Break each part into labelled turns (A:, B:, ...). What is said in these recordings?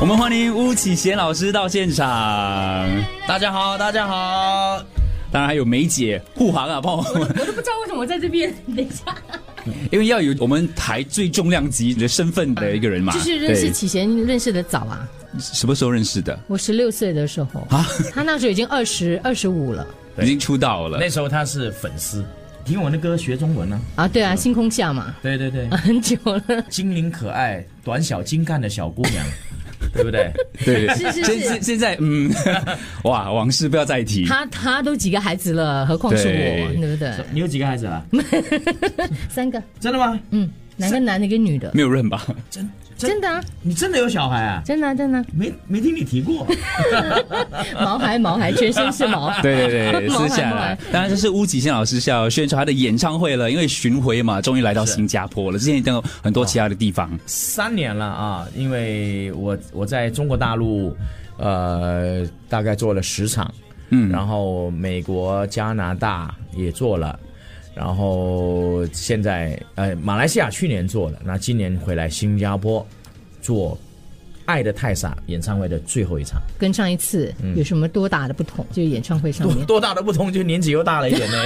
A: 我们欢迎巫启贤老师到现场，
B: 大家好，大家好。
A: 当然还有梅姐护航啊，帮我们，
C: 我都不知道为什么我在这边。等一下，
A: 因为要有我们台最重量级的身份的一个人嘛。
C: 就是认识
A: 对
C: 启贤认识的早啊，
A: 什么时候认识的？
C: 我十六岁的时候
A: 啊，
C: 他那时候已经二十二十五了
A: 已经出道了
B: 那。时候他是粉丝，听我的歌学中文呢、
C: 啊，对啊，星空下嘛，
B: 对对对，
C: 很久了，
B: 精灵可爱、短小精干的小姑 娘，对不对？
A: 对，
C: 是是
A: 现
C: 是
A: 现现在嗯， 哇，往事不要再提。
C: 他他都几个孩子了，何况是
A: 对
C: 我，对不对？
B: 你有几个孩子啊？
C: 三个，
B: 真的吗？
C: 嗯，两个男的，一个女的，
A: 没有认 吧？
B: 真真，
C: 真的啊，
B: 你真的有小孩啊？
C: 真的啊真的啊，
B: 没没听你提过，
C: 毛孩毛孩，全身是毛，
A: 对对 对，
C: 毛孩
A: 私下
C: 毛
A: 来
C: 孩。
A: 当然，这是巫启贤老师是要宣传他的演唱会了，因为巡回嘛，终于来到新加坡了。之前也到很多其他的地方，
B: 三年了啊！因为我我在中国大陆，呃，大概做了十场，
A: 嗯，
B: 然后美国、加拿大也做了，然后现在呃，马来西亚去年做了，那今年回来新加坡做《爱的太傻》演唱会的最后一场，
C: 跟上一次有什么多大的不同？就是演唱会上
B: 多
C: 面，
B: 多大的不同，就年纪又大了一点呢。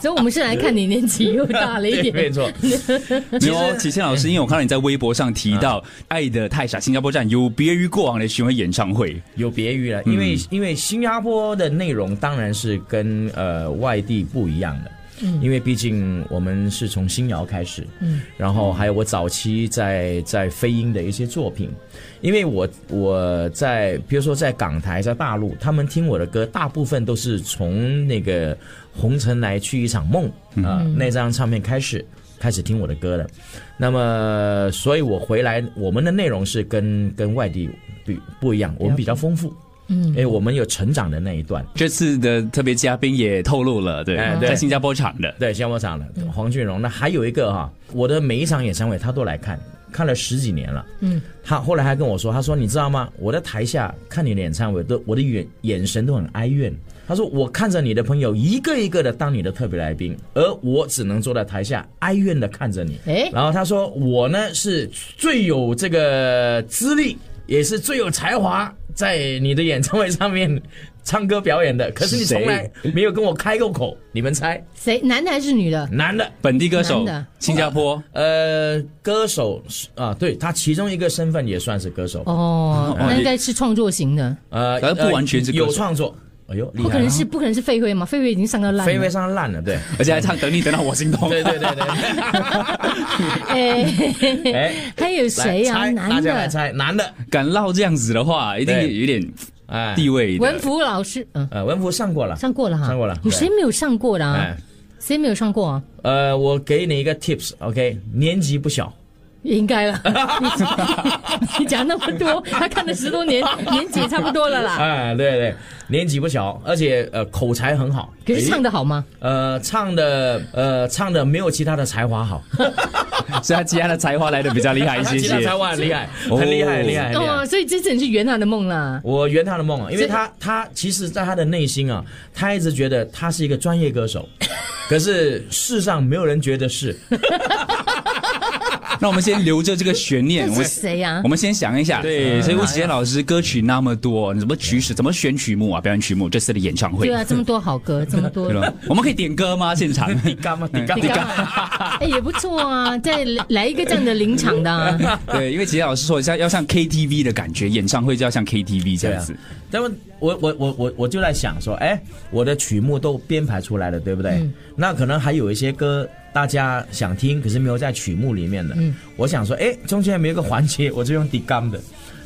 C: 所以我们是来看你年纪又大了一
B: 对没
C: 点，
B: 错，
A: 没有哦启贤
B: 嗯
A: 老师，因为我看到你在微博上提
B: 啊
A: 到《爱的太傻》新加坡站有别于过往的巡回演唱会，
B: 有别于了，因为、因为新加坡的内容当然是跟呃外地不一样的。因为毕竟我们是从新谣开始，嗯，然后还有我早期在在飞鹰的一些作品，因为我我在比如说在港台在大陆，他们听我的歌大部分都是从那个《红尘来去一场梦》啊、那张唱片开始开始听我的歌的，那么所以我回来我们的内容是跟跟外地不不一样，我们比较丰富，嗯，因为我们有成长的那一段。
A: 这次的特别嘉宾也透露了，对
B: 哎，对
A: 在新加坡场的，
B: 对，香波场的黄俊荣，那还有一个哈、我的每一场演唱会他都来看，看了十几年了。嗯，他后来还跟我说，他说你知道吗？我在台下看你的演唱会，都我的眼眼神都很哀怨。他说我看着你的朋友一个一个的当你的特别来宾，而我只能坐在台下哀怨的看着你。
C: 哎
B: 然后他说我呢是最有这个资历，也是最有才华，在你的演唱会上面唱歌表演的，可是你
A: 是谁
B: 从来没有跟我开过口。你们猜，
C: 谁男的还是女的？
B: 男的。
A: 本地歌手
C: 男的，
A: 新加坡，
B: 呃，歌手是啊，对他其中一个身份也算是歌手，
A: 哦
C: 哦，那应该是创作型的，
B: 呃，
A: 但不完全是歌手
B: 有创作。哎呦，厉害
C: 哦不可能是不可能是费慧嘛？费慧已经上到烂
B: 飞
C: 了
B: 飞。上烂了， 对，
A: 而且还唱《等你等到我心动》，
B: 对对对对。
C: 哎，
B: 哎，
C: 还有
B: 来
C: 谁呀？
B: 猜大
C: 男
B: 家来
C: 的，
B: 猜，男的，
A: 敢唠这样子的话，一定
B: 对
A: 有点
B: 哎，
A: 地位的。
C: 文福老师，嗯，
B: 呃，文福上过了，
C: 上过了哈，
B: 上过了
C: 有谁没有上过的啊
B: 哎？，
C: 谁没有上过啊？
B: 呃，我给你一个 tips，OK，年纪不小，
C: 应 该了，你 你讲那么多，他看了十 多年，年纪也差不多了啦。
B: 哎，对对，年纪不小，而且呃口才很好，
C: 可是唱
B: 的
C: 的好吗？
B: 呃唱的呃唱的没有其他的才华好，
A: 所以他其他的才华来的比较厉害一 些
B: 其他
A: 些
B: 才。华很厉害，
A: 哎哦
B: 很厉害，哎很厉害，很厉害。
C: 哦，所以这真是圆他的梦啦。
B: 我圆他的梦啊，因为
C: 这个
B: 他他其实，在他的内心啊，他一直觉得他是一个专业歌手，可是世上没有人觉得是。
A: 那我们先留着这个悬
B: 哎
A: 念，我
C: 这是
A: 们
C: 谁啊呀
B: 啊
A: 我？们先想一下。对，所以吴启贤老师歌曲那么多，你怎么取舍？怎么选曲目啊？表演曲目，这次的演唱会
C: 对。啊，这么多好 歌，这么多
A: 对。了， 我们可以 点歌吗？现场？哎
B: 干嘛？你干
C: 你干嘛？哎，也不错啊，再来来一个这样的临场的啊。
A: 对，因为启贤老师说像要像 KTV 的感觉，演唱会就要像 KTV 这
B: 对
A: 样
B: 啊
A: 子。，
B: 那么我我我我我就在想说，哎，我的曲目都编排出来了，对不对？那可能还有一些歌大家想听，可是没有在曲目里面的。我想说，哎，中间没有一个环节，我就用 d i g a m 的。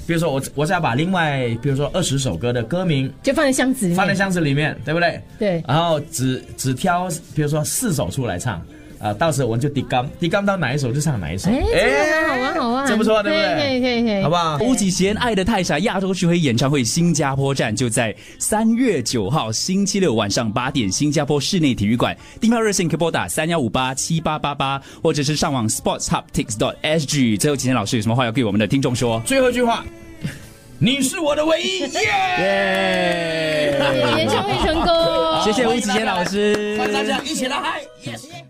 B: 比如说我我再把另外，比如说二十首歌的歌名
C: 就放在箱子里面，
B: 放在箱子里面，对不对？
C: 对
B: 然后只只挑，比如说四首出来唱，啊、到时候我们就 d 纲 d 纲到哪一首就唱哪一首，哎
C: 哎，这个很好玩，好啊玩，
B: 这不错，对不对？
C: 可以可以可以，
B: 好不好？
A: 巫启贤《爱的太傻》亚洲巡回演唱会新加坡站就在三月九号星期六晚上八点，新加坡室内体育馆。订票热线可以拨打三幺五八七八八八，或者是上网 sportshubtix.sg。最后，启贤老师有什么话要对我们的听众说？
B: 最后一句话，你是我的唯一， 耶！
C: 演唱会成功，
A: 谢谢吴启贤老师，
B: 大家一起来嗨！